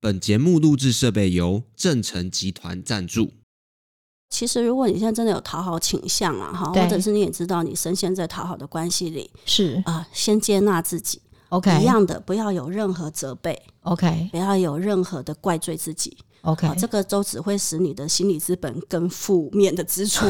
本节目录制设备由正成集团赞助。其实，如果你现在真的有讨好倾向啊，哈，对或者是你也知道你深陷在讨好的关系里是啊、先接纳自己 OK 一样的，不要有任何责备， OK 不要有任何的怪罪自己， OK 啊，这个都只会使你的心理资本跟负面的支 出。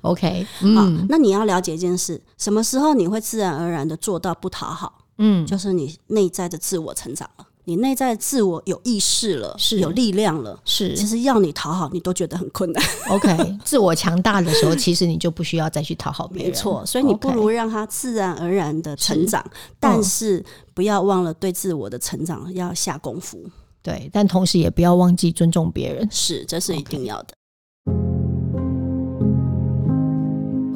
OK 啊嗯，那你要了解一件事，什么时候你会自然而然的做到不讨好，嗯就是你内在的自我成长了，你内在的自我有意识了，是有力量了。是其实要你讨好，你都觉得很困难。 OK 自我强大的时候，其实你就不需要再去讨好别没人，错，所以你不 OK 嗯如让它自然而然的成长，但是不要忘了对自我的成长要下功夫，对，但同时也不要忘记尊重别人。是，这是一定要的。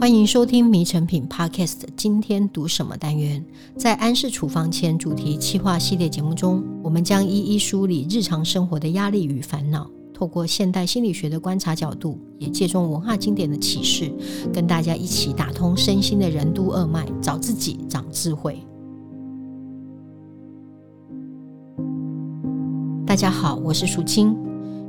欢迎收听《迷成品 Podcast》，今天读什么单元？在安氏处方签主题企划系列节目中，我们将一一梳理日常生活的压力与烦恼，透过现代心理学的观察角度，也借重文化经典的启示，跟大家一起打通身心的任督二脉，找自己，长智慧。大家好，我是淑清。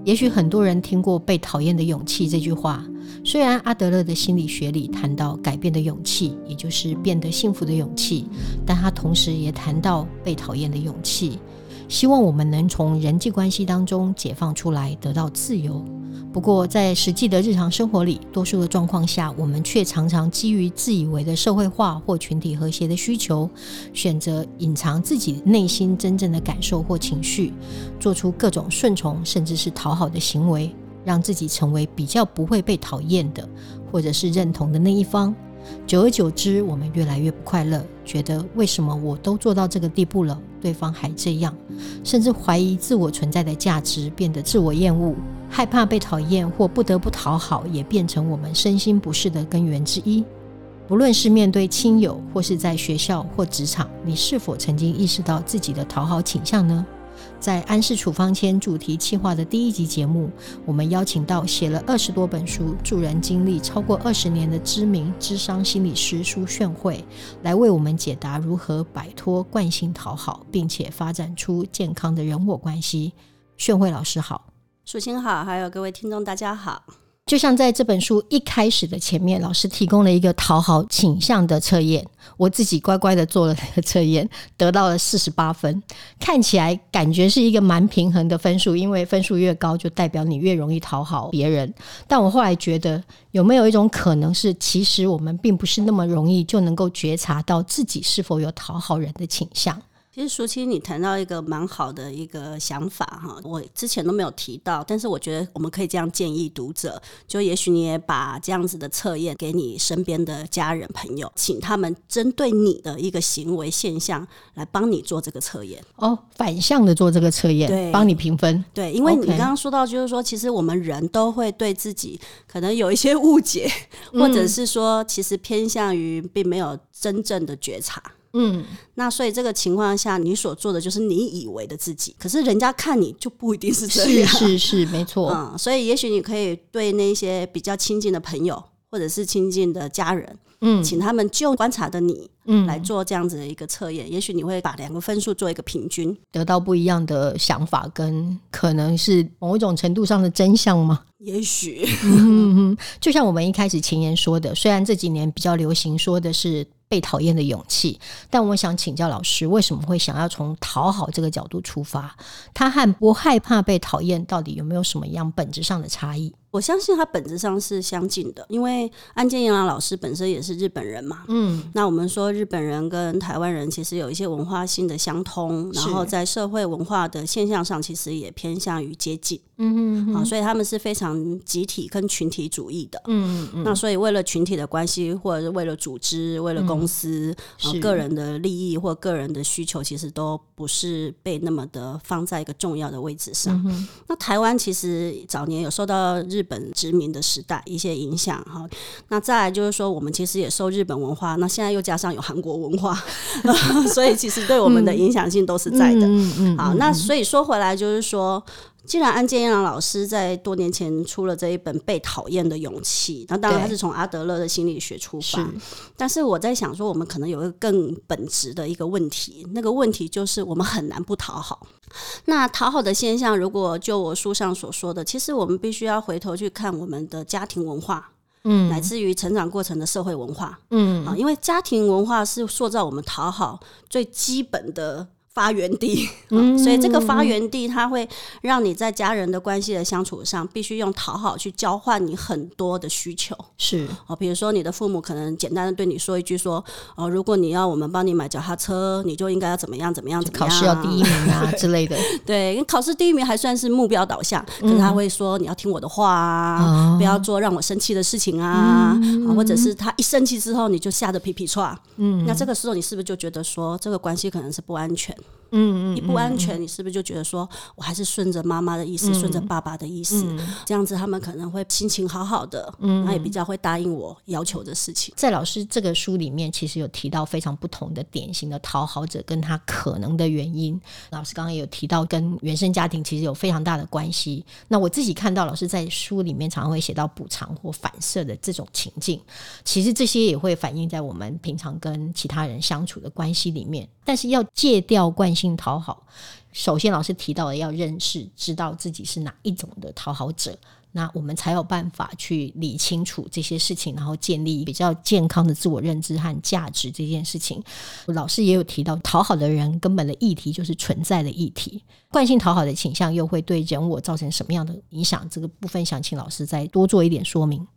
也许很多人听过“被讨厌的勇气”这句话，虽然阿德勒的心理学里谈到改变的勇气，也就是变得幸福的勇气，但他同时也谈到被讨厌的勇气，希望我们能从人际关系当中解放出来，得到自由。不过，在实际的日常生活里，多数的状况下，我们却常常基于自以为的社会化或群体和谐的需求，选择隐藏自己内心真正的感受或情绪，做出各种顺从甚至是讨好的行为，让自己成为比较不会被讨厌的，或者是认同的那一方。久而久之，我们越来越不快乐，觉得为什么我都做到这个地步了，对方还这样，甚至怀疑自我存在的价值，变得自我厌恶，害怕被讨厌或不得不讨好，也变成我们身心不适的根源之一。不论是面对亲友，或是在学校或职场，你是否曾经意识到自己的讨好倾向呢？在安氏处方签主题企划的第一集节目，我们邀请到写了二十多本书、助人经历超过二十年的知名智商心理师苏炫慧，来为我们解答如何摆脱惯性讨好，并且发展出健康的人我关系。炫慧老师好。楚清好，还有各位听众，大家好。就像在这本书一开始的前面，老师提供了一个讨好倾向的测验，我自己乖乖的做了那个测验，得到了四十八分，看起来感觉是一个蛮平衡的分数，因为分数越高就代表你越容易讨好别人。但我后来觉得，有没有一种可能是，其实我们并不是那么容易就能够觉察到自己是否有讨好人的倾向？其实舒淇，你谈到一个蛮好的一个想法哈，我之前都没有提到，但是我觉得我们可以这样建议读者，就也许你也把这样子的测验给你身边的家人朋友，请他们针对你的一个行为现象来帮你做这个测验。哦，反向的做这个测验，对帮你评分。对，因为你 OK 刚刚说到，就是说，其实我们人都会对自己可能有一些误解，或嗯者是说，其实偏向于并没有真正的觉察。嗯，那所以这个情况下，你所做的就是你以为的自己，可是人家看你就不一定是这是样。是是，没错。嗯，所以也许你可以对那些比较亲近的朋友，或者是亲近的家人，嗯请他们就观察的你嗯来做这样子的一个测验，也许你会把两个分数做一个平均，得到不一样的想法，跟可能是某一种程度上的真相吗？ 也许嗯，就像我们一开始前言说的，虽然这几年比较流行说的是被讨厌的勇气，但我想请教老师，为什么会想要从讨好这个角度出发？他和不害怕被讨厌到底有没有什么样本质上的差异？我相信它本质上是相近的，因为安建阳老师本身也是日本人嘛。嗯那我们说日本人跟台湾人其实有一些文化性的相通，然是后在社会文化的现象上，其实也偏向于接近嗯啊，所以他们是非常集体跟群体主义的。嗯嗯那所以为了群体的关系，或者是为了组织、为了嗯公司、呃是个人的利益或个人的需求，其实都不是被那么的放在一个重要的位置上。嗯哼那台湾其实早年有受到日本殖民的时代一些影响哈，那再来就是说，我们其实也受日本文化，那现在又加上有韩国文化， 所以其实对我们的影响性都是在的。嗯嗯嗯好，那所以说回来就是说，既然安建彦郎老师在多年前出了这一本《被讨厌的勇气》，那当然他对是从阿德勒的心理学出是发，但是我在想说，我们可能有一个更本质的一个问题，那个问题就是我们很难不讨好。那讨好的现象，如果就我书上所说的，其实我们必须要回头去看我们的家庭文化，乃嗯至于成长过程的社会文化啊，嗯因为家庭文化是塑造我们讨好最基本的。发源地，嗯 所以这个发源地，它会让你在家人的关系的相处上，必须用讨好去交换你很多的需求。是哦，比如说你的父母可能简单的对你说一句说，哦，如果你要我们帮你买脚踏车，你就应该要怎么样怎么样怎么考样，试要第一。名啊之 类的，对，因为考试第一名还算是目标导向，可是他会说你要听我的话啊。嗯哦不要做让我生气的事情啊，啊或者是他一生气之后你就吓得皮皮喘，嗯那这个时候你是不是就觉得说这个关系可能是不安全？嗯一嗯嗯不安全，你是不是就觉得说我还是顺着妈妈的意思，顺着爸爸的意思，这样子他们可能会心情好好的，嗯他也比较会答应我要求的事情。在老师这个书里面，其实有提到非常不同的典型的讨好者跟他可能的原因。老师刚刚也有提到，跟原生家庭其实有非常大的关系。那我自己看到老师在书里面常常会写到补偿或反射的这种情境，其实这些也会反映在我们平常跟其他人相处的关系里面。但是要戒掉惯性讨好，首先老师提到的要认识，知道自己是哪一种的讨好者，那我们才有办法去理清楚这些事情，然后建立比较健康的自我认知和价值这件事情。老师也有提到，讨好的人根本的议题就是存在的议题，惯性讨好的倾向又会对人我造成什么样的影响？这个部分想请老师再多做一点说明。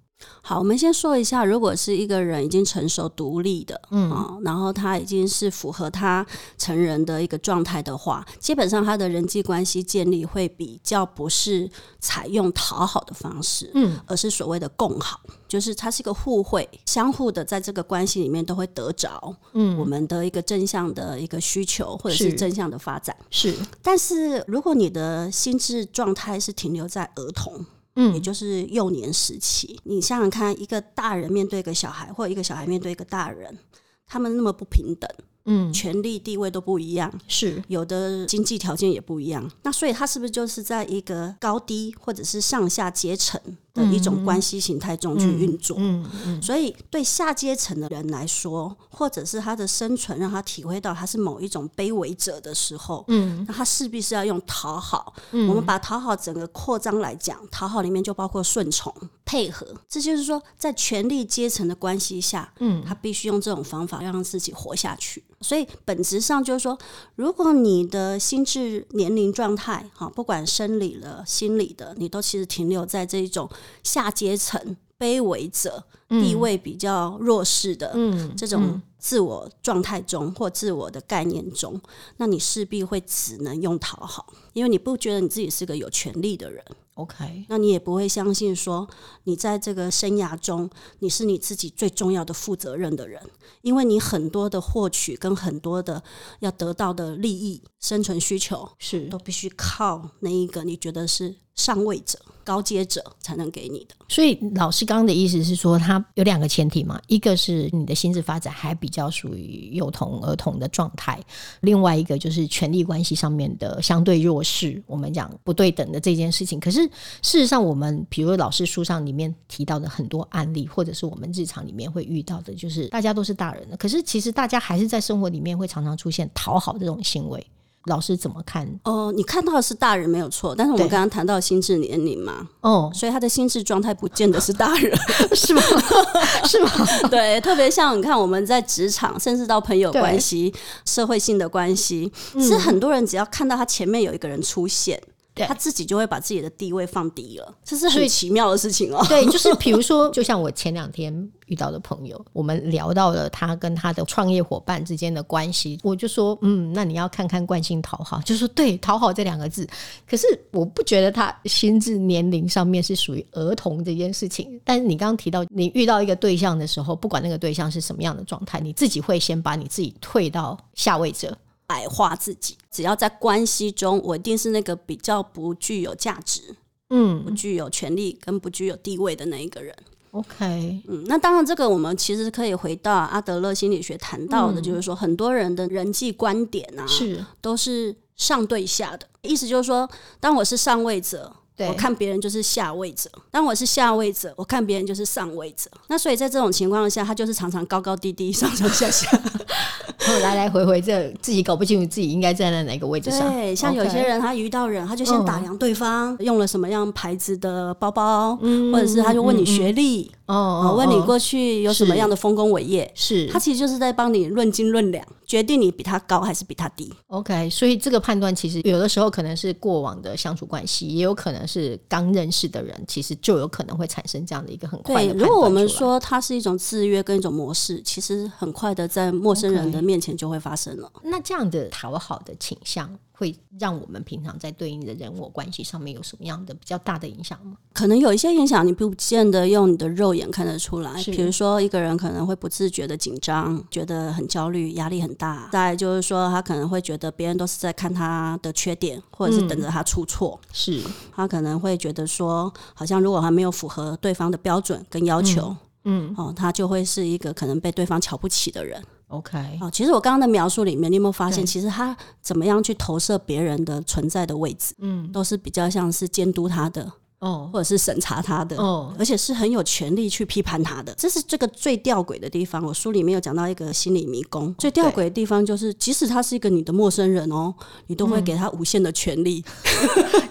好，我们先说一下，如果是一个人已经成熟独立的，嗯、然后他已经是符合他成人的一个状态的话，基本上他的人际关系建立会比较不是采用讨好的方式，嗯，而是所谓的共好，就是它是一个互惠，相互的在这个关系里面都会得着，嗯，我们的一个正向的一个需求或者是是正向的发展。是，但是如果你的心智状态是停留在儿童，也嗯就是幼年时期，你想想看，一个大人面对一个小孩，或者一个小孩面对一个大人，他们那么不平等，嗯，权力地位都不一样。是，有的经济条件也不一样，那所以他是不是就是在一个高低或者是上下阶层的一种关系形态中去运作？嗯嗯，所以对下阶层的人来说，或者是他的生存让他体会到他是某一种卑微者的时候，嗯，那他势必是要用讨好。我们把讨好整个扩张来讲，讨好里面就包括顺从、配合，这就是说在权力阶层的关系下，嗯，他必须用这种方法让自己活下去。所以本质上就是说，如果你的心智年龄状态，哈，不管生理了、心理的，你都其实停留在这一种下阶层、卑微者、地位比较弱势的，嗯这种自我状态中或自我的概念中，那你势必会只能用讨好，因为你不觉得你自己是个有权利的人， ，OK，那你也不会相信说你在这个生涯中你是你自己最重要的负责任的人，因为你很多的获取跟很多的要得到的利益、生存需求是都必须靠那一个你觉得是上位者、高阶者才能给你的。所以 老师刚刚的意思是说，它有两个前提嘛，一个是你的心智发展还比较属于幼童、儿童的状态，另外一个就是权力关系上面的相对弱势，我们讲不对等的这件事情。可是事实上，我们比如老师书上里面提到的很多案例，或者是我们日常里面会遇到的，就是大家都是大人了，可是其实大家还是在生活里面会常常出现讨好这种行为。老师怎么看？哦，你看到的是大人没有错，但是我们对刚刚谈到心智年龄嘛，哦，所以他的心智状态不见得是大人，是吗？ 是吗？ 对，特别像你看我们在职场，甚至到朋友关系、社会性的关系，是很多人只要看到他前面有一个人出现，嗯对他自己就会把自己的地位放低了，这是所以很奇妙的事情哦。对，就是比如说，就像我前两天遇到的朋友，我们聊到了他跟他的创业伙伴之间的关系，我就说，嗯，那你要看看惯性讨好， 就说对“讨好”这两个字。可是我不觉得他心智年龄上面是属于儿童这件事情。但是你刚刚提到，你遇到一个对象的时候，不管那个对象是什么样的状态，你自己会先把你自己退到下位者。矮化自己，只要在关系中，我一定是那个比较不具有价值、不嗯具有权利跟不具有地位的那一个人。 ，OK，嗯，那当然，这个我们其实可以回到阿德勒心理学谈到的，就是说很多人的人际观点啊，嗯是都是上对下的，意思就是说，当我是上位者，对我看别人就是下位者；当我是下位者，我看别人就是上位者。那所以在这种情况下，他就是常常高高低低、上上下下。 哦 来来回回这自己搞不清楚自己应该站在哪个位置上。对，像嗯有 OK 些人他遇到人，他就先打量对方用了什么样牌子的包包，嗯或者是他就问你学历，历，哦哦啊，问你哦过去有什么样的丰功伟业。是他其实就是在帮你论斤论两，决定你比他高还是比他低。 OK，所以这个判断其实有的时候可能是过往的相处关系，也有可能是刚认识的人，其实就有可能会产生这样的一个很快对的，判断如果我们出来说它是一种制约跟一种模式，其实很快的在陌生人的面前就会发生了。那这样的讨好的倾向，会让我们平常在对应的人我关系上面有什么样的比较大的影响吗？可能有一些影响，你不见得用你的肉眼看得出来。是比如说，一个人可能会不自觉的紧张，觉得很焦虑，压力很大。再来就是说，他可能会觉得别人都是在看他的缺点，或者是嗯等着他出错。是，他可能会觉得说，好像如果他没有符合对方的标准跟要求，嗯哦，他就会是一个可能被对方瞧不起的人。 ，OK，哦，其实我刚刚的描述里面，你有没有发现，对其实他怎么样去投射别人的存在的位置，嗯，都是比较像是监督他的，哦，或者是审查他的。哦，而且是很有权利去批判他的，这是这个最吊诡的地方。我书里面有讲到一个心理迷宫，最吊诡的地方就是，即使他是一个你的陌生人哦，你都会给他无限的权利，嗯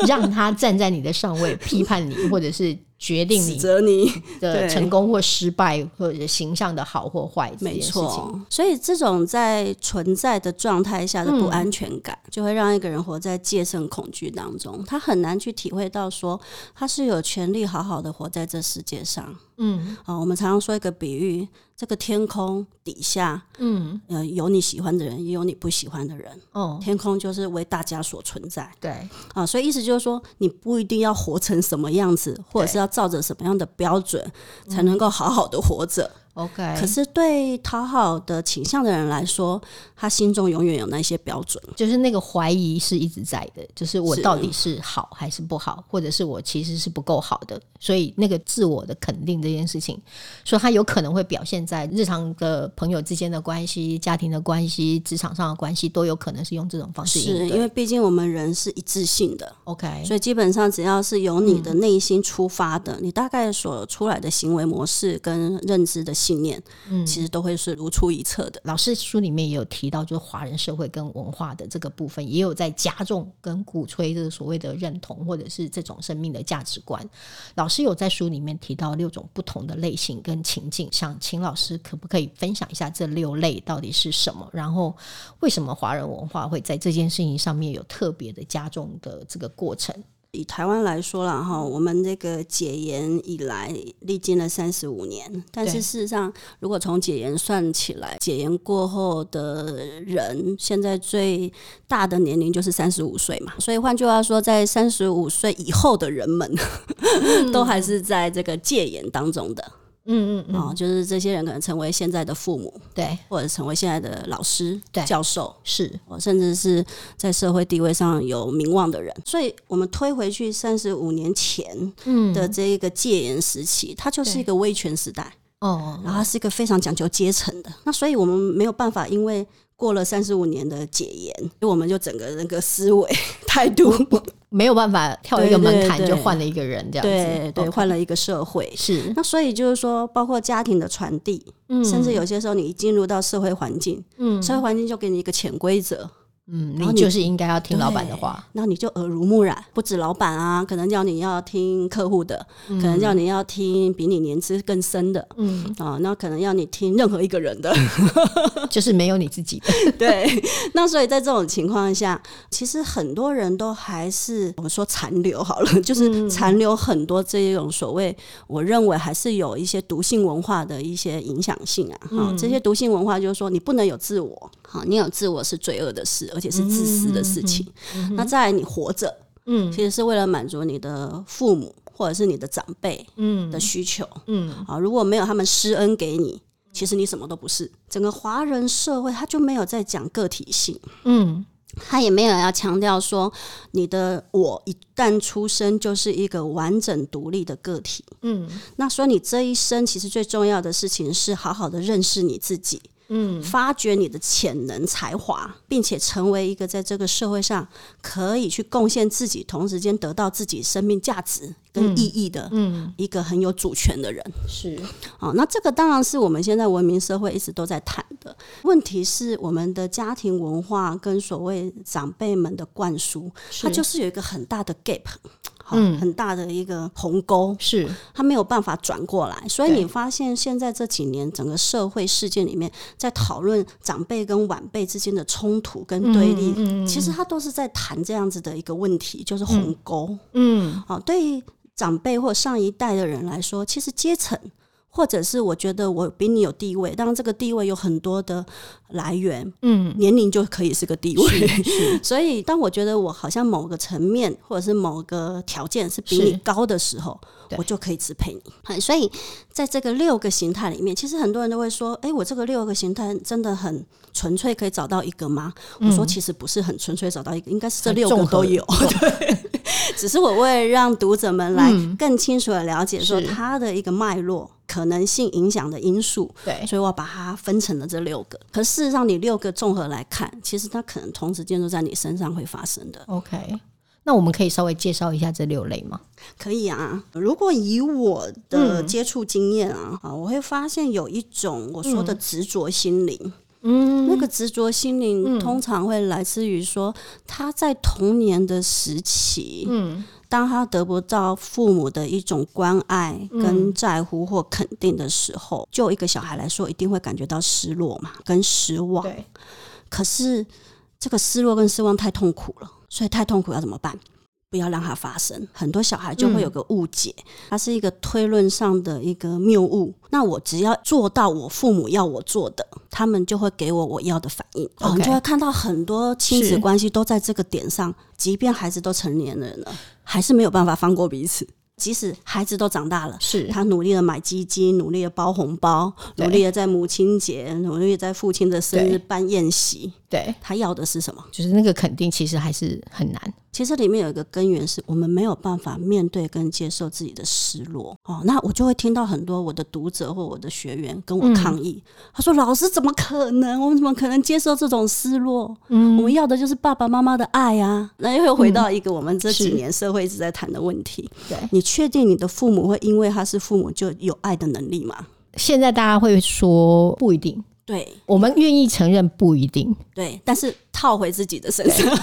让他站在你的上位，批判你，或者是决定指你责 你。的对成功或失败，或者形象的好或坏这没件事情。错，所以这种在存在的状态下的不安全感，嗯就会让一个人活在戒慎恐惧当中，他很难去体会到说他是有权利好好的活在这世界上。嗯啊、我们常常说一个比喻，这个天空底下，嗯，呃，有你喜欢的人，也有你不喜欢的人。哦，天空就是为大家所存在对，啊、所以意思就是说，你不一定要活成什么样子，或者是对要照着什么样的标准，才能够好好的活着。 OK，可是对讨好的倾向的人来说，他心中永远有那些标准。就是那个怀疑是一直在的，就是我是到底是好还是不好，或者是我其实是不够好的，所以那个自我的肯定这件事情，所以它有可能会表现在日常的朋友之间的关系、家庭的关系、职场上的关系，都有可能是用这种方式是应因对。为毕竟我们人是一致性的， OK，所以基本上只要是由你嗯的内心出发的，你大概所出来的行为模式跟认知的信念，嗯其实都会是如出一辙的。老师书里面也有提到，就是华人社会跟文化的这个部分，也有在加重跟鼓吹这个所谓的认同，或者是这种生命的价值观。老师有在书里面提到六种不同的类型跟情境，想请老师可不可以分享一下这六类到底是什么？然后为什么华人文化会在这件事情上面有特别的加重的这个过程？以台湾来说啦，哈，我们这个解严以来历经了三十五年，但是对事实上，如果从解严算起来，解严过后的人，现在最大的年龄就是三十五岁嘛，所以换句话说，在三十五岁以后的人们， 都还是在这个戒严当中的嗯嗯啊、就是这些人可能成为现在的父母，对，或者成为现在的老师对、教授，是哦甚至是在社会地位上有名望的人。所以，我们推回去三十五年前嗯的这一个戒严时期，它就是一个威权时代，哦然后它是一个非常讲究阶层的。那所以我们没有办法，因为过了三十五年的解严，所以我们就整个那个思维态度， 没有办法跳一个对对门槛对就换了一个人这样子，对对， OK 换了一个社会。是那所以就是说，包括家庭的传递，嗯甚至有些时候你一进入到社会环境，嗯社会环境就给你一个潜规则，嗯，然后你你就是应该要听老板的话，那你就耳濡目染，不止老板啊，可能叫你要听客户的，可能叫你要听比你年资更深的。嗯，啊，那可能要你听任何一个人的，就是没有你自己的，对。 那所以在这种情况下，其实很多人都还是我们说残留好了， 就是残留很多这种所谓，我认为还是有一些毒性文化的一些影响性啊。哈、这些毒性文化就是说，你不能有自我，好，你有自我是罪恶的事，而且是自私的事情。那再来，你活着，嗯其实是为了满足你的父母或者是你的长辈嗯的需求嗯，啊。如果没有他们施恩给你，其实你什么都不是。整个华人社会，他就没有在讲个体性，嗯，他也没有要强调说你的我一旦出生就是一个完整独立的个体。嗯，那所以你这一生其实最重要的事情是好好的认识你自己，嗯，发掘你的潜能才华，并且成为一个在这个社会上可以去贡献自己，同时间得到自己生命价值跟意义的，嗯，一个很有主权的人。是，哦，那这个当然是我们现在文明社会一直都在谈的。问题是我们的家庭文化跟所谓长辈们的灌输，它就是有一个很大的 gap，好、嗯很大的一个鸿沟，是它没有办法转过来。所以对你发现现在这几年整个社会事件里面，在讨论长辈跟晚辈之间的冲突跟对立，嗯其实它都是在谈这样子的一个问题，就是鸿沟。嗯哦，对于长辈或上一代的人来说，其实阶层。或者是我觉得我比你有地位，当然这个地位有很多的来源，嗯，年龄就可以是个地位。 是所以当我觉得我好像某个层面或者是某个条件是比是你高的时候对，我就可以支配你。嗯所以在这个六个形态里面，其实很多人都会说：“哎，我这个六个形态真的很纯粹，可以找到一个吗？”我嗯说：“其实不是很纯粹找到一个，应该是这六个都有。 对，只是我为了让读者们来嗯更清楚的了解说是它的一个脉络、可能性影响的因素，对，所以我把它分成了这六个。可事实上，你六个综合来看，其实它可能同时间都在你身上会发生的。 OK，那我们可以稍微介绍一下这六类吗？可以啊，如果以我的嗯接触经验啊，啊，我会发现有一种我说的执着心灵。嗯那个执着心灵通常会来自于说，他在童年的时期，嗯当他得不到父母的一种关爱、嗯跟在乎或肯定的时候，就一个小孩来说，一定会感觉到失落嘛，跟失望。对，可是这个失落跟失望太痛苦了，所以太痛苦要怎么办？不要让它发生。很多小孩就会有个误解，它是一个推论上的一个谬误。那我只要做到我父母要我做的，他们就会给我我要的反应。哦， OK 你就会看到很多亲是子关系都在这个点上，即便孩子都成年人了，还是没有办法放过彼此。即使孩子都长大了，是他努力的买基金，努力的包红包，对努力的在母亲节，努力地在父亲的生对日办宴席。对，他要的是什么？就是那个肯定其实还是很难。其实里面有一个根源是我们没有办法面对跟接受自己的失落哦。那我就会听到很多我的读者或我的学员跟嗯我抗议，他说：“老师怎么可能？我们怎么可能接受这种失落？嗯我们要的就是爸爸妈妈的爱啊！”那又回到一个我们这几是年社会一直在谈的问题：对，你确定你的父母会因为他是父母就有爱的能力吗？现在大家会说不一定，对我们愿意承认不一定，对，但是套回自己的身上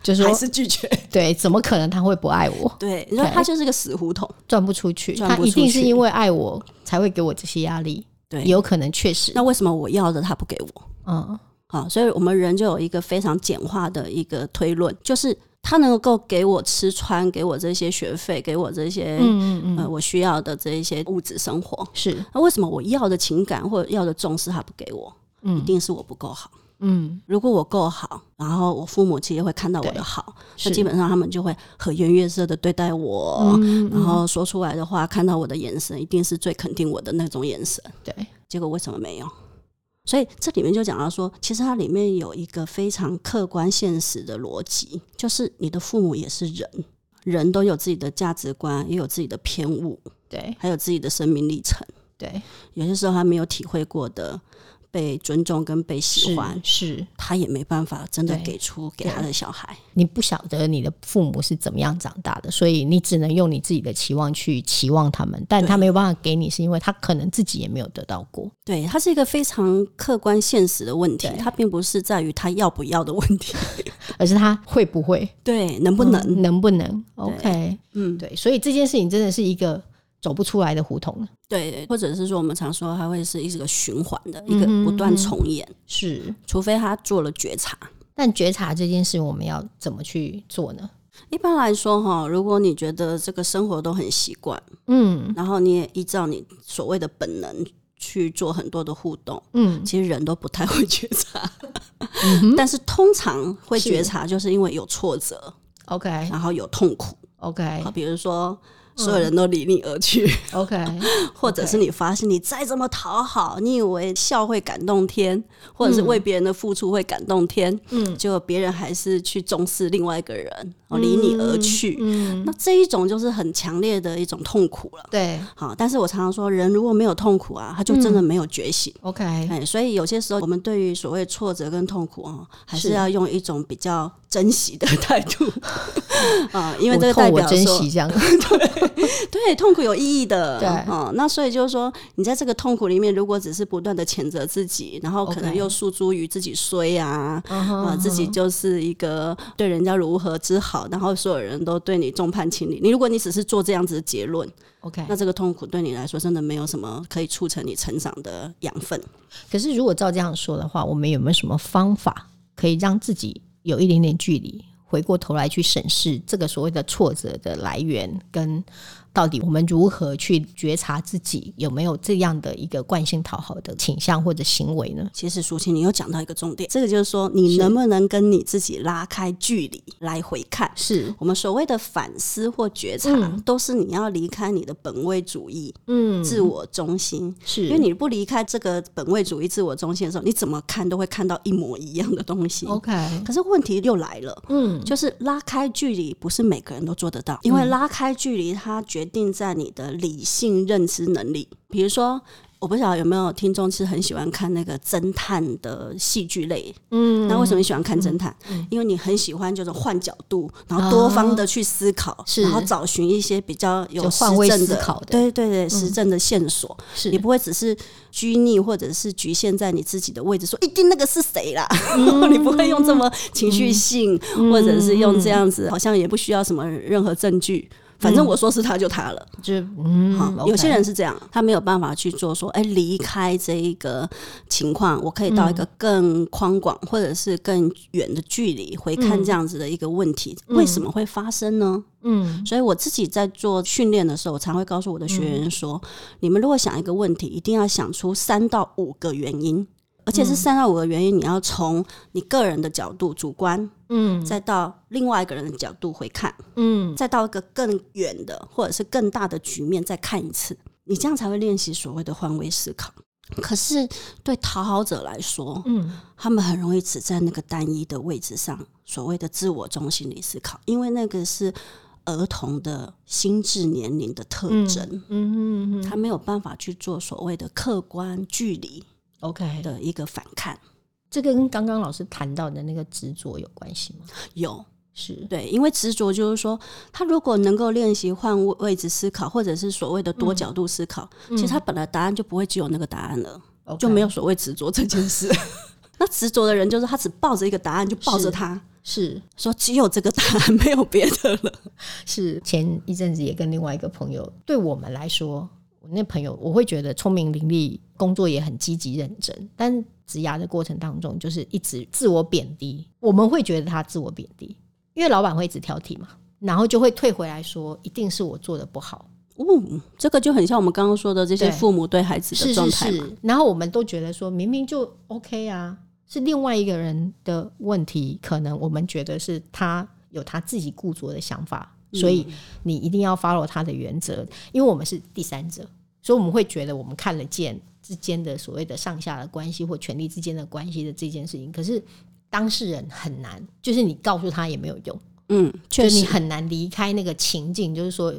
就是还说是拒绝。对，怎么可能他会不爱我？ 对，你说对他就是个死胡同。赚不出去，赚不他一定出是去因为爱我才会给我这些压力，对，有可能确实那，为什么我要的他不给我？嗯，啊，所以我们人就有一个非常简化的一个推论，就是他能够给我吃穿，给我这些学费，给我这些、嗯嗯呃我需要的这一些物质生活。是，那为什么我要的情感或者要的重视他不给我？一嗯定是我不够好。嗯，如果我够好，然后我父母其实会看到我对的好，是那基本上他们就会和颜悦色的对待我，嗯哦然后说出来的话，看到我的眼神一定是最肯定我的那种眼神。对，结果为什么没有？所以这里面就讲到说，其实它里面有一个非常客观现实的逻辑，就是你的父母也是人，人都有自己的价值观，也有自己的偏误，对还有自己的生命历程。对，有些时候他没有体会过的被尊重跟被喜是欢，是，他也没办法真的对给出给他的小孩。你不晓得你的父母是怎么样长大的，所以你只能用你自己的期望去期望他们，但他没有办法给你，是因为他可能自己也没有得到过。对，它是一个非常客观现实的问题对，它并不是在于他要不要的问题，而是他会不会，对，能不能？嗯能不能？OK，嗯，对，所以这件事情真的是一个走不出来的胡同了。对，或者是说我们常说它会是一个循环的，一嗯哼个不断重演，是，除非他做了觉察。但觉察这件事，我们要怎么去做呢？一般来说，哈，如果你觉得这个生活都很习惯，嗯然后你也依照你所谓的本能去做很多的互动，嗯，其实人都不太会觉察。但是通常会觉察，就是因为有挫折， OK 然后有痛苦。 OK，好，比如说嗯所有人都离你而去， OK，或者是你发现你再怎么讨好，你以为笑会感动天，或者是为别人的付出会感动天，嗯，结果别人还是去重视另外一个人，哦，离你而去。嗯那，这一种就是很强烈的一种痛苦了。对好，但是我常常说，人如果没有痛苦啊，他就真的没有觉醒。嗯，OK，哎，所以有些时候，我们对于所谓挫折跟痛苦哦，还是是要用一种比较珍惜的态度 啊、因为我这个痛代我表珍说啊惜， 这样，对痛苦有意义的，对嗯，那所以就是说，你在这个痛苦里面，如果只是不断的谴责自己，然后可能 OK 又诉诸于自己衰啊，啊、啊自己就是一个对人家如何之好，然后所有人都对你众叛亲离。你如果你只是做这样子的结论， OK，那这个痛苦对你来说真的没有什么可以促成你成长的养分。可是如果照这样说的话，我们有没有什么方法可以让自己有一点点距离，回过头来去审视这个所谓的挫折的来源，跟到底我们如何去觉察自己有没有这样的一个惯性讨好的倾向或者行为呢？其实舒淇，你又讲到一个重点，这个就是说，你是能不能跟你自己拉开距离来回看？是，我们所谓的反思或觉察，嗯都是你要离开你的本位主义、嗯，自我中心。是，因为你不离开这个本位主义、自我中心的时候，你怎么看都会看到一模一样的东西。 OK，可是问题又来了，哦嗯，就是拉开距离不是每个人都做得到，因为拉开距离它决定在你的理性认知能力。比如说，我不晓得有没有听众是很喜欢看那个侦探的戏剧类，嗯那为什么你喜欢看侦探？因为你很喜欢就是换角度，然后多方的去思考，哦是然后找寻一些比较有就实换位证思的，考的嗯对对对，实证的线索。是你不会只是拘泥或者是局限在你自己的位置，说一定那个是谁啦，嗯 你不会用这么情绪性，或者是用这样子，好像也不需要什么任何证据。反嗯正我说是他就他了，就嗯好， ，OK 有些人是这样，他没有办法去做说，哎、离开这一个情况，我可以到一个嗯更宽广或者是更远的距离回看这样子的一个问题，为什么会发生呢？嗯所以我自己在做训练的时候，我常会告诉我的学嗯员说：你们如果想一个问题，一定要想出三到五个原因，而且是嗯三到五个原因，你要从你个人的角度主观，嗯再到另外一个人的角度回看，嗯再到一个更远的或者是更大的局面再看一次，你这样才会练习所谓的换位思考。可是对讨好者来说，嗯他们很容易只在那个单一的位置上，所谓的自我中心里思考，因为那个是儿童的心智年龄的特征，嗯嗯嗯他没有办法去做所谓的客观距离，OK 的，的一个反看。这个跟刚刚老师谈到的那个执着有关系吗？有是，对，因为执着就是说，他如果能够练习换位位置思考，或者是所谓的多角度思考，其实他本来答案就不会只有那个答案了，嗯 OK 就没有所谓执着这件事。 那执着的人就是他只抱着一个答案就抱是着他，是说只有这个答案， 没有别的了。是，前一阵子也跟另外一个朋友，对我们来说，我那朋友我会觉得聪明伶俐，工作也很积极认真，但职涯的过程当中，就是一直自我贬低，我们会觉得他自我贬低，因为老板会一直挑剔嘛，然后就会退回来说，一定是我做的不好，嗯，这个就很像我们刚刚说的这些对父母对孩子的是状是态嘛。是，然后我们都觉得说，明明就 OK 啊，是另外一个人的问题，可能我们觉得是他有他自己固着的想法，嗯所以你一定要 follow 他的原则，因为我们是第三者，所以我们会觉得我们看得见之间的所谓的上下的关系或权力之间的关系的这件事情，可是当事人很难，就是你告诉他也没有用，嗯，确就你实，很难离开那个情境，就是说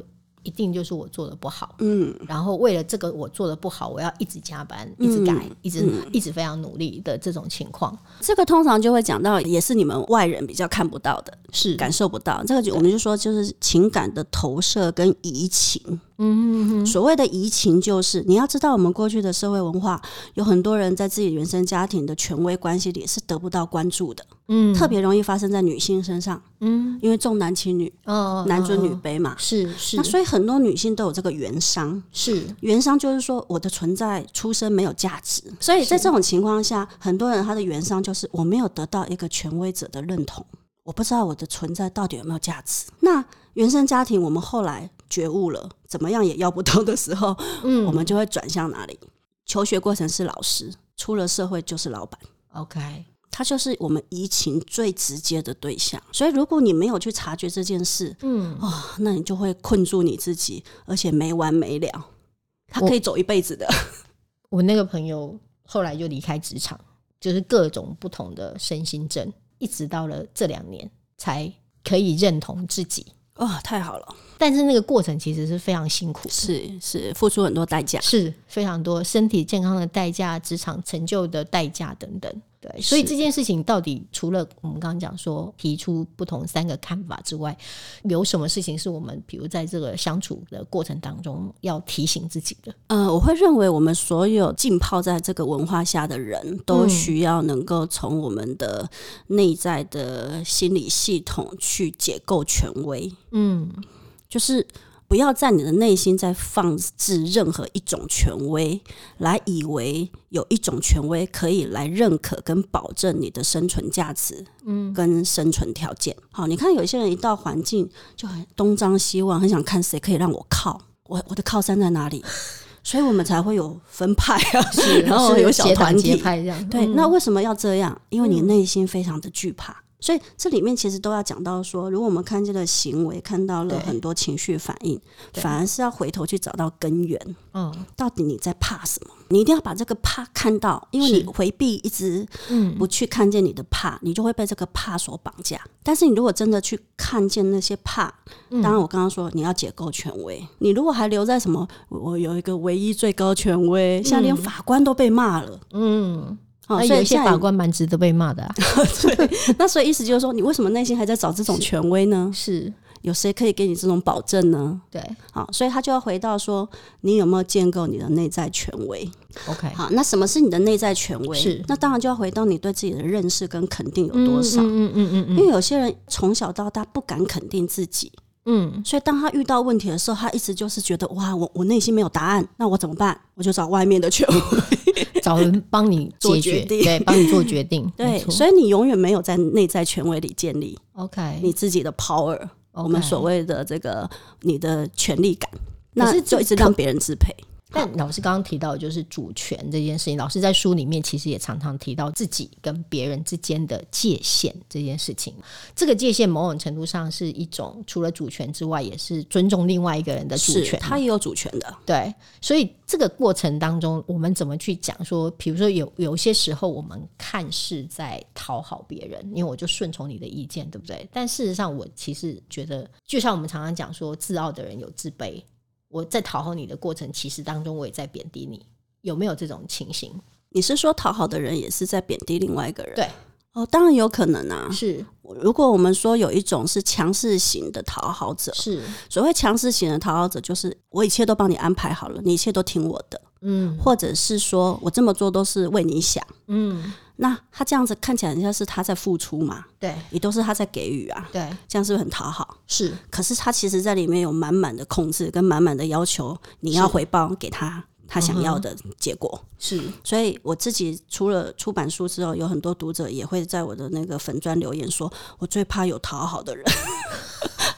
一定就是我做的不好。嗯，然后为了这个我做的不好，我要一直加班，一直改，一直、嗯一直非常努力的这种情况，这个通常就会讲到，也是你们外人比较看不到的、是感受不到。这个就我们就说，就是情感的投射跟移情。嗯嗯所谓的移情，就是你要知道，我们过去的社会文化有很多人在自己原生家庭的权威关系里是得不到关注的，嗯特别容易发生在女性身上，嗯因为重男轻女、哦男尊女卑嘛。是是那所以很多女性都有这个原伤，是原伤就是说我的存在出生没有价值，所以在这种情况下，很多人他的原伤就是我没有得到一个权威者的认同，我不知道我的存在到底有没有价值。那原生家庭，我们后来觉悟了，怎么样也要不到的时候，嗯我们就会转向哪里？求学过程是老师，出了社会就是老板。 OK 它就是我们移情最直接的对象。所以如果你没有去察觉这件事，嗯，哦，那你就会困住你自己，而且没完没了。他可以走一辈子的，我那个朋友后来就离开职场，就是各种不同的身心症，一直到了这两年才可以认同自己。哦，太好了，但是那个过程其实是非常辛苦的，是是，付出很多代价。是非常多身体健康的代价、职场成就的代价等等。对，所以是这件事情到底除了我们刚刚讲说提出不同三个看法之外，有什么事情是我们比如在这个相处的过程当中要提醒自己的？呃，我会认为我们所有浸泡在这个文化下的人都嗯需要能够从我们的内在的心理系统去解构权威，嗯就是不要在你的内心再放置任何一种权威，来以为有一种权威可以来认可跟保证你的生存价值，嗯，跟生存条件。好，你看有些人一到环境就很东张西望，很想看谁可以让我靠，我我的靠山在哪里， 所以我们才会有分派啊，然后是有小结团党结体，派这样。对，嗯那为什么要这样？因为你嗯内心非常的惧怕。所以这里面其实都要讲到说，如果我们看见了行为，看到了对很多情绪反应，对反而是要回头去找到根源，嗯到底你在怕什么？你一定要把这个怕看到，因为是你回避一直嗯不去看见你的怕，你就会被这个怕所绑架。但是你如果真的去看见那些怕，嗯当然，我刚刚说你要解构权威，你如果还留在什么，我我有一个唯一最高权威，现在连嗯法官都被骂了。嗯，哦，那所有以一些现在法官蛮值得被骂的、啊，那所以意思就是说，你为什么内心还在找这种权威呢？是有谁可以给你这种保证呢？对好，所以他就要回到说，你有没有建构你的内在权威？ ，OK，好，那什么是你的内在权威？是那当然就要回到你对自己的认识跟肯定有多少。嗯嗯嗯因嗯为有些人从小到大不敢肯定自己，嗯所以当他遇到问题的时候，他一直就是觉得哇，我我内心没有答案，那我怎么办？我就找外面的 权威。嗯，找人帮你做解决决，定对，帮你做决定，对，所以以你永远没有在内在权威里建立 OK，你自己的 power。我们所谓。谓的这个你的权利感，那是就这一直可让别人支配。但老师刚刚提到的就是主权这件事情，老师在书里面其实也常常提到自己跟别人之间的界限这件事情。这个界限某种程度上是一种除了主权之外，也是尊重另外一个人的主是，权。他也有主权的，对，所以这个过程当中，我们怎么去讲说，比如说有有些时候我们看似在讨好别人，因为我就顺从你的意见，对不对？但事实上，我其实觉得，就像我们常常讲说，自傲的人有自卑。我在讨好你的过程，其实当中我也在贬低你，有没有这种情形？你是说讨好的人也是在贬低另外一个人？对，哦，当然有可能啊。是如果我们说有一种是强势型的讨好者，是，所谓强势型的讨好者，就是我一切都帮你安排好了，你一切都听我的，嗯或者是说我这么做都是为你想。嗯，那他这样子看起来，人家是他在付出嘛，对也都是他在给予啊，对这样是不是很讨好？是，可是他其实在里面有满满的控制跟满满的要求，你要回报给他他想要的结果。是所以我自己除了出版书之后，有很多读者也会在我的那个粉砖留言说，我最怕有讨好的人。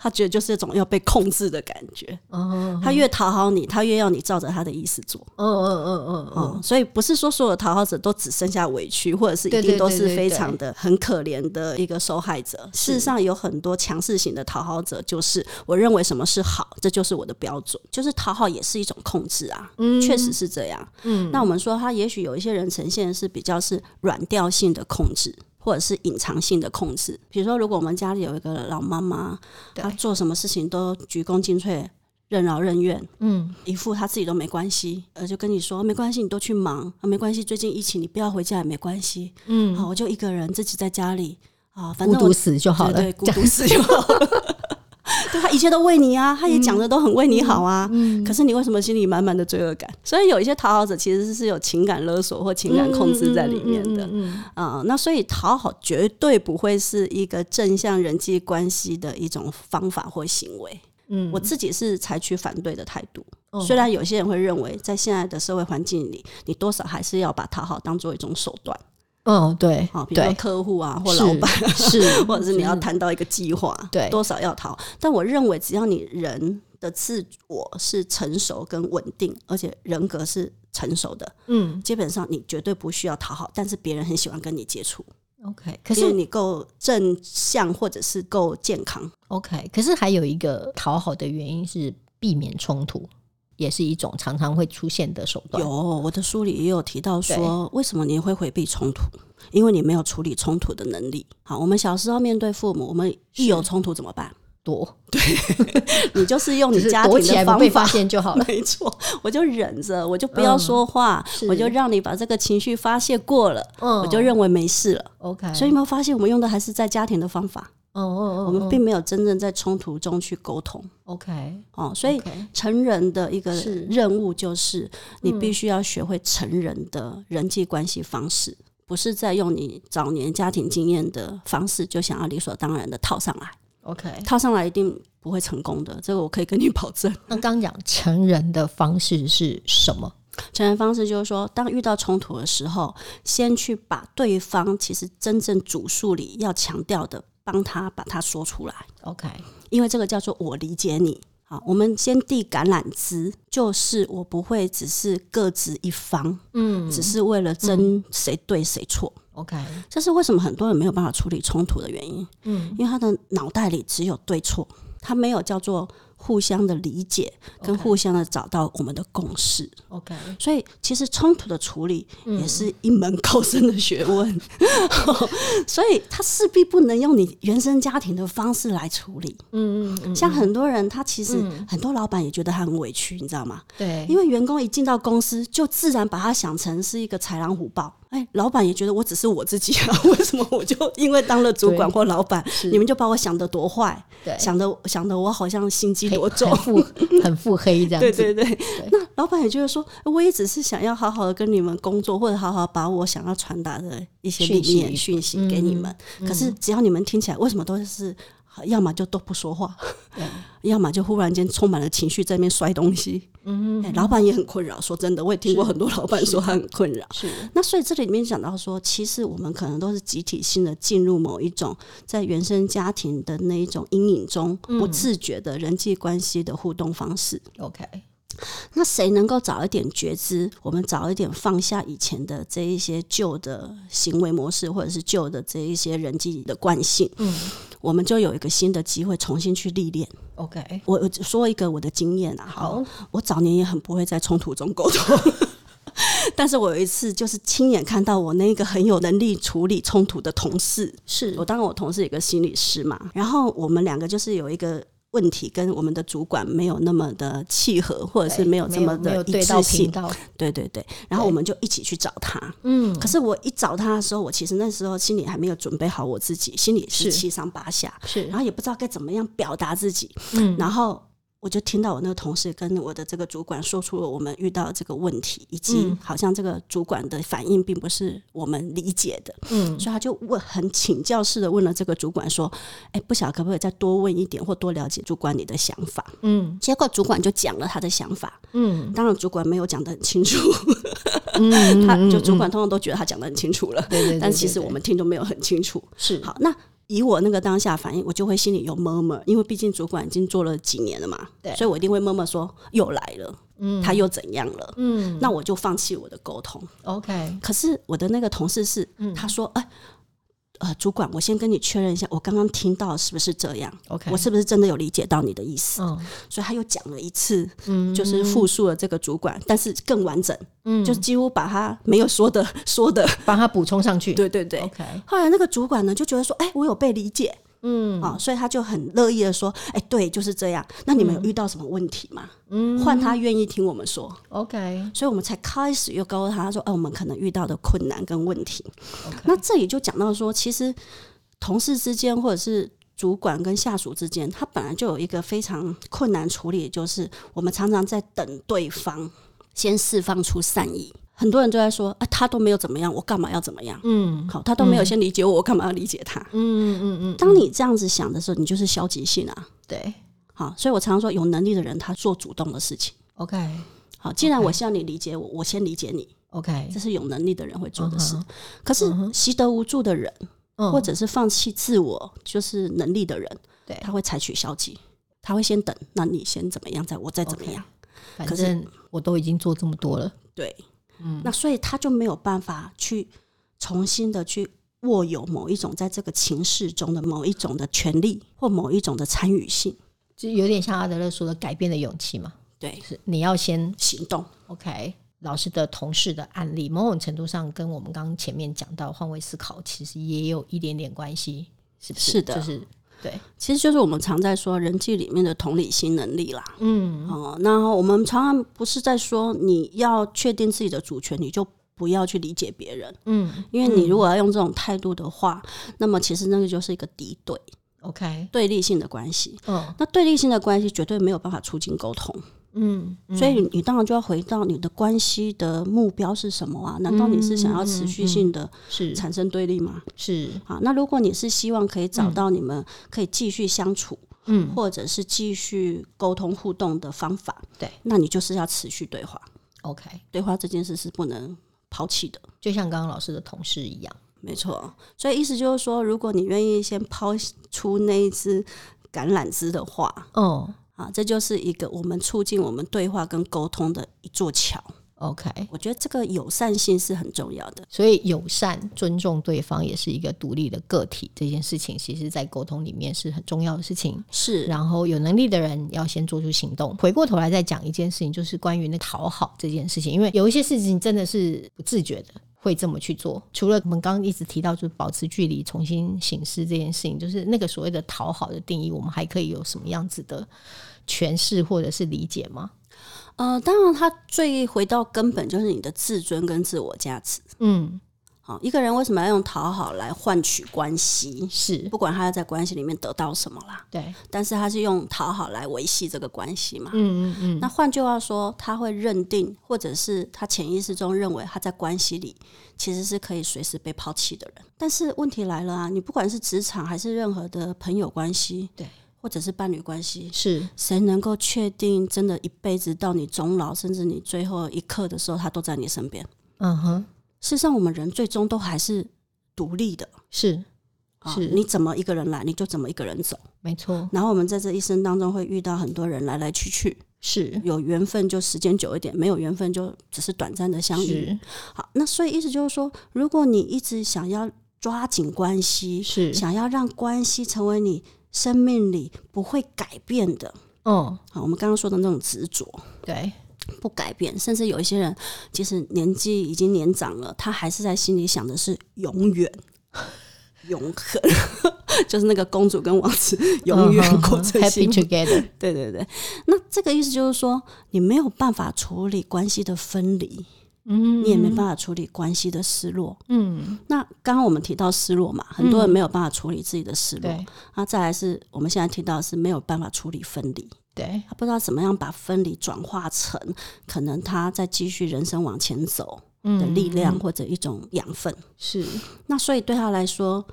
他觉得就是这种要被控制的感觉，哦，他越讨好你，他越要你照着他的意思做。嗯嗯嗯嗯哦、嗯，所以不是说所有讨好者都只剩下委屈，或者是一对定对对都是对非对常的很可怜的一个受害者。事实上，有很多强势型的讨好者，就是我认为什么是好，这就是我的标准，就是讨好也是一种控制啊，嗯确实是这样。嗯，那我们说，他也许有一些人呈现的是比较是软调性的控制。或者是隐藏性的控制，比如说，如果我们家里有一个老妈妈，对她做什么事情都鞠躬尽瘁、任劳任怨，嗯一副他自己都没关系，呃，就跟你说没关系，你都去忙，啊、没关系，最近疫情你不要回家也没关系，嗯，好，我就一个人自己在家里啊，反孤正我独死就好了 对对，，孤独死就好 了。对他一切都为你啊，他也讲的都很为你好啊，嗯可是你为什么心里满满的罪恶感？所以有一些讨好者其实是有情感勒索或情感控制在里面的嗯嗯嗯嗯嗯啊、那所以讨好绝对不会是一个正向人际关系的一种方法或行为。嗯我自己是采取反对的态度，哦虽然有些人会认为，在现在的社会环境里，你多少还是要把讨好当做一种手段嗯，对，啊，比如说对，客户啊，或是老板，是， 或者是你要谈到一个计划，对多少要讨。但我认为，只要你人的自我是成熟跟稳定，而且人格是成熟的，嗯基本上你绝对不需要讨好，但是别人很喜欢跟你接触。 OK，可因为是你够正向或者是够健康。 OK，可是还有一个讨好的原因是避免冲突，也是一种常常会出现的手段。有，我的书里也有提到说，为什么你会回避冲突？因为你没有处理冲突的能力。好，我们小时候面对父母，我们一有冲突怎么办？躲，你就是用你只是家躲庭起来的不方被法发。现就好了。 没错，我就忍着，我就不要说话，是我就让你把这个情绪发泄过了，嗯，我就认为没事了。 OK，所以有没有发现，我们用的还是在家庭的方法，嗯嗯嗯，我们并没有真正在冲突中去沟通 OK，哦。所以 OK 成人的一个是任务就是，你必须要学会成人的人际关系方式，不是在用你早年家庭经验的方式就想要理所当然的套上来， OK，套上来一定不会成功的，这个我可以跟你保证。 那刚讲成人的方式是什么？成人方式就是说，当遇到冲突的时候，先去把对方其实真正主诉里要强调的，帮他把它说出来， OK，因为这个叫做我理解你。好，我们先递橄榄枝，就是我不会只是各执一方，嗯只是为了争谁对谁错。 ，OK，这是为什么很多人没有办法处理冲突的原因，嗯，因为他的脑袋里只有对错，他没有叫做互相的理解跟 OK 互相的找到我们的共识。 OK，所以，其实冲突的处理嗯也是一门高深的学问， 所以他势必不能用你原生家庭的方式来处理。嗯嗯嗯，像很多人，他其实嗯很多老板也觉得他很委屈，你知道吗？对，因为员工一进到公司，就自然把他想成是一个豺狼虎豹。哎，老板也觉得我只是我自己啊， 为什么我就因为当了主管对或老板，是你们就把我想得多坏，对想得想得我好像心机很多重很，腹很腹黑这样 对子，对对，那老板也就是说，呃我也只是想要好好的跟你们工作，或者好好把我想要传达的一些理讯息嗯念讯息给你们。可是只要你们听起来，为什么都是要么就都不说话，嗯要么就忽然间充满了情绪在那边摔东西？嗯、老板也很困扰。说真的，我也听过很多老板说他很困扰。是那所以这里面讲到说，其实我们可能都是集体性的进入某一种在原生家庭的那一种阴影中，不自觉的人际关系的互动方式。 OK，那谁能够早一点觉知，我们早一点放下以前的这一些旧的行为模式，或者是旧的这一些人际的惯性，嗯我们就有一个新的机会重新去历练。 OK，我我说一个我的经验啊，好，我早年也很不会在冲突中沟通。 但是我有一次就是亲眼看到我那个很有能力处理冲突的同事，是我当然我同事有个心理师嘛，然后我们两个就是有一个问题跟我们的主管没有那么的契合，或者是没有这么没的有一对致到性频，道，对对对，然后我们就一起去找他。嗯可是我一找他的时候，我其实那时候心里还没有准备好我自己，心里是是七上八下，是然，后也不知道该怎么样表达自己，嗯然后。我就听到我那个同事跟我的这个主管说出了我们遇到的这个问题，以及嗯好像这个主管的反应并不是我们理解的，嗯所以他就问很请教式的问了这个主管说：“哎，不晓得可不可以再多问一点，或多了解主管你的想法嗯？”结果主管就讲了他的想法，嗯当然主管没有讲得很清楚，嗯，他嗯就嗯主嗯管通常都觉得他讲得很清楚了，对对对，但对其实对我们听都没有很清楚。是好，那以我那个当下反应，我就会心里有 murmur，因为毕竟主管已经做了几年了嘛，对所以我一定会 murmur 说又来了，嗯他又怎样了，嗯那我就放弃我的沟通。 OK 可是我的那个同事是，嗯他说，哎、呃，主管，我先跟你确认一下，我刚刚听到是不是这样？ OK，我是不是真的有理解到你的意思？嗯所以他又讲了一次，嗯就是复述了这个主管，但是更完整，嗯就是几乎把他没有说的说的，帮他补充上去，对对对。 OK，后来那个主管呢就觉得说，哎、我有被理解嗯啊、所以他就很乐意的说，哎、对，就是这样。那你们有遇到什么问题吗？嗯换他愿意听我们说， OK 所以我们才开始又告诉他说，哎、我们可能遇到的困难跟问题。 OK，那这里就讲到说，其实同事之间或者是主管跟下属之间，他本来就有一个非常困难处理，就是我们常常在等对方先释放出善意。很多人都在说，啊，他都没有怎么样，我干嘛要怎么样？嗯好，他都没有先理解我，我干嘛要理解他？嗯嗯嗯，当你这样子想的时候，你就是消极性啊。对好，所以我常常说，有能力的人他做主动的事情。 ，OK 好，既然我希望你理解我，我先理解你， OK，这是有能力的人会做的事嗯。可是习得无助的人，或或者是放弃自我就是能力的人，对他会采取消极，他会先等，那你先怎么样，再我再怎么样嗯反可是正我都已经做这么多了，对，嗯那所以他就没有办法去重新的去握有某一种在这个情势中的某一种的权利或某一种的参与性。就有点像阿德勒说的改变的勇气嘛，对，是你要先行动 OK。老师的同事的案例，某种程度上跟我们刚刚前面讲到换位思考，其实也有一点点关系，是不是？是的就是对，其实就是我们常在说人际里面的同理心能力啦。嗯，哦，那我们常常不是在说你要确定自己的主权，你就不要去理解别人，嗯因为你如果要用这种态度的话，那么其实那个就是一个敌对、 ，OK，对立性的关系。嗯那对立性的关系绝对没有办法促进沟通，嗯，嗯所以你当然就要回到你的关系的目标是什么啊？难道你是想要持续性的是产生对立吗？是，啊，那如果你是希望可以找到你们可以继续相处，嗯或者是继续沟通互动的方法，对那你就是要持续对话。 ，OK，对话这件事是不能抛弃的，就像刚刚老师的同事一样，没错。所以意思就是说，如果你愿意先抛出那一只橄榄枝的话，嗯啊，这就是一个我们促进我们对话跟沟通的一座桥。 ，OK，我觉得这个友善性是很重要的。所以友善、尊重对方也是一个独立的个体，这件事情其实在沟通里面是很重要的事情。是然后有能力的人要先做出行动。回过头来再讲一件事情，就是关于那讨好这件事情，因为有一些事情真的是不自觉的。会这么去做，除了我们刚刚一直提到，就是保持距离、重新醒思这件事情，就是那个所谓的讨好的定义，我们还可以有什么样子的诠释或者是理解吗？呃，当然，它最回到根本就是你的自尊跟自我价值。嗯，好、一个人为什么要用讨好来换取关系？是不管他要在关系里面得到什么啦，对，但是他是用讨好来维系这个关系嘛。嗯嗯嗯，那换句话说，他会认定，或者是他潜意识中认为他在关系里其实是可以随时被抛弃的人。但是问题来了啊，你不管是职场还是任何的朋友关系，对，或者是伴侣关系，是谁能够确定真的一辈子到你终老，甚至你最后一刻的时候，他都在你身边？嗯哼，事实上，我们人最终都还是独立的。是啊是你怎么一个人来，你就怎么一个人走。没错，然后我们在这一生当中会遇到很多人来来去去，是有缘分就时间久一点，没有缘分就只是短暂的相遇。是好，那所以意思就是说，如果你一直想要抓紧关系，是想要让关系成为你生命里不会改变的，啊嗯，好，我们刚刚说的那种执着对，不改变，甚至有一些人即使年纪已经年长了，他还是在心里想的是永 远。永恒， 就是那个公主跟王子永远过嗯嗯嗯着幸 happy 福 together，对对对，那这个意思就是说，你没有办法处理关系的分离，嗯，你也没办法处理关系的失落。嗯，那刚刚我们提到失落嘛，很多人没有办法处理自己的失落。对那再来是我们现在提到的是没有办法处理分离，对，他不知道怎么样把分离转化成可能他再继续人生往前走的嗯，力量或者一种养分。是那所以对他来说，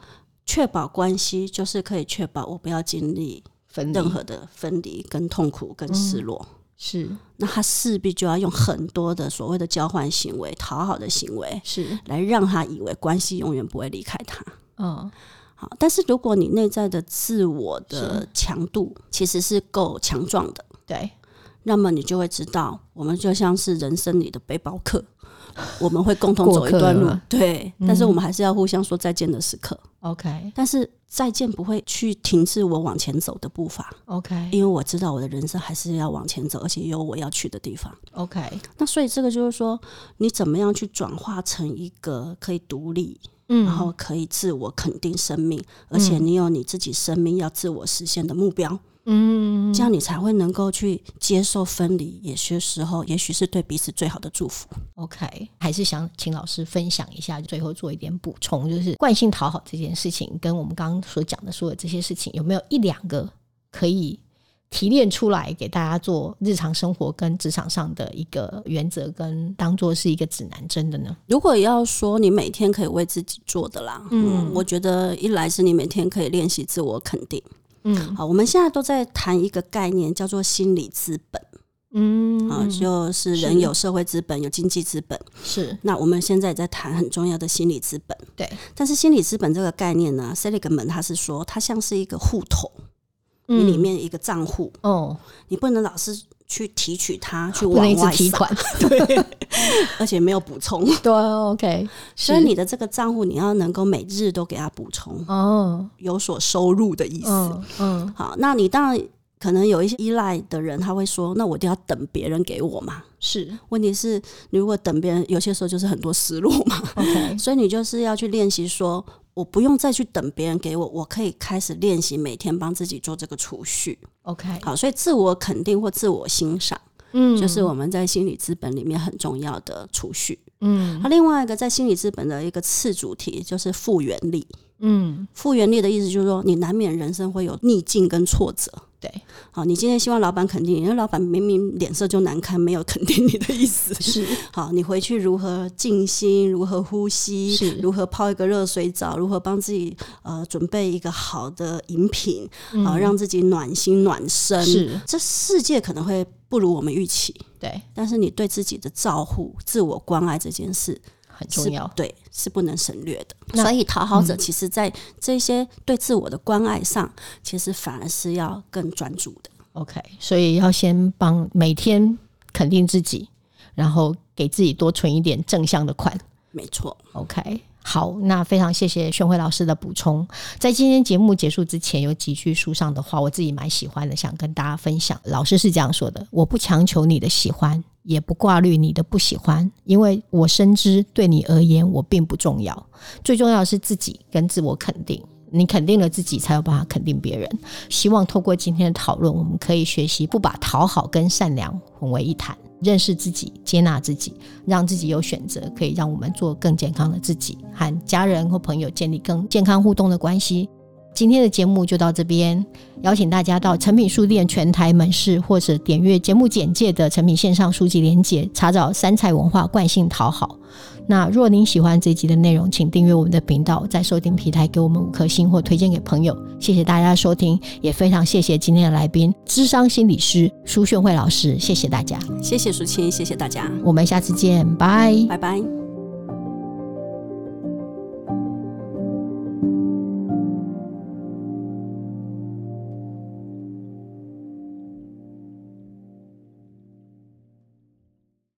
确保关系就是可以确保我不要经历分离任何的分离、跟痛苦、跟嗯失落。是那他势必就要用很多的所谓的交换行为、讨好的行为，是，来让他以为关系永远不会离开他。嗯好，但是如果你内在的自我的强度其实是够强壮的，对，那么你就会知道，我们就像是人生里的背包客， 我们会共同过走一客段路了，嗯对。但是我们还是要互相说再见的时刻， ，OK 但是再见不会去停滞我往前走的步伐，因 OK 为我知道我的人生还是要往前走，而且有我要去的地方。 OK，那所以这个就是说，你怎么样去转化成一个可以独立，嗯，然后可以自我肯定生命，而且你有你自己生命要自我实现的目标，嗯，这样你才会能够去接受分离，也许时候也许是对彼此最好的祝福。 OK，还是想请老师分享一下，最后做一点补充，就是惯性讨好这件事情，跟我们刚刚所讲的所有这些事情，有没有一两个可以提炼出来给大家做日常生活跟职场上的一个原则，跟当做是一个指南针的呢？如果要说你每天可以为自己做的啦，嗯，我觉得一来是你每天可以练习自我肯定。嗯好，我们现在都在谈一个概念，叫做心理资本嗯啊，就是是人有社会资本，有经济资本。是那我们现在也在谈很重要的心理资本，对，但是心理资本这个概念呢，Seligman 他是说，它像是一个户头，你嗯里面一个账户，哦，你不能老是去提取它，去不往能一直外提撒，款，而且没有补充。 对，OK，啊 所以你的这个账户，你要能够每日都给它补充，哦，有所收入的意思。嗯嗯，好，那你当然可能有一些依赖的人，他会说：“那我一定要等别人给我嘛。是”问题是，你如果等别人，有些时候就是很多思路嘛。 OK，所以你就是要去练习说。我不用再去等别人给我，我可以开始练习每天帮自己做这个储蓄。 OK，好，所以自我肯定或自我欣赏，嗯就是我们在心理资本里面很重要的储蓄。嗯那另外一个在心理资本的一个次主题就是复原力。嗯，复原力的意思就是说，你难免人生会有逆境跟挫折。对，好，你今天希望老板肯定你，那老板明明脸色就难看，没有肯定你的意思。是 好，你回去如何静心，如何呼吸，是如何泡一个热水澡，如何帮自己呃准备一个好的饮品，好、嗯让自己暖心暖身。是，这世界可能会不如我们预期，对，但是你对自己的照护、自我关爱这件事很是重要。对，是不能省略的。那嗯所以讨好者其实在这些对自我的关爱上，其实反而是要更专注的。 OK，所以要先帮每天肯定自己，然后给自己多存一点正向的款。没错， OK，好，那非常谢谢宣慧老师的补充。在今天节目结束之前，有几句书上的话，我自己蛮喜欢的，想跟大家分享。老师是这样说的：我不强求你的喜欢，也不挂虑你的不喜欢，因为我深知对你而言我并不重要，最重要的是自己跟自我肯定。你肯定了自己，才有办法肯定别人。希望透过今天的讨论，我们可以学习不把讨好跟善良混为一谈，认识自己，接纳自己，让自己有选择，可以让我们做更健康的自己，和家人或朋友建立更健康互动的关系。今天的节目就到这边，邀请大家到诚品书店全台门市，或者点阅节目简介的诚品线上书籍连结，查找“三彩文化惯性讨好”。那若您喜欢这一集的内容，请订阅我们的频道，在收听平台给我们五颗星或推荐给朋友。谢谢大家的收听，也非常谢谢今天的来宾，智商心理师苏炫慧老师，谢谢大家，谢谢淑清，谢谢大家，我们下次见，拜。拜拜。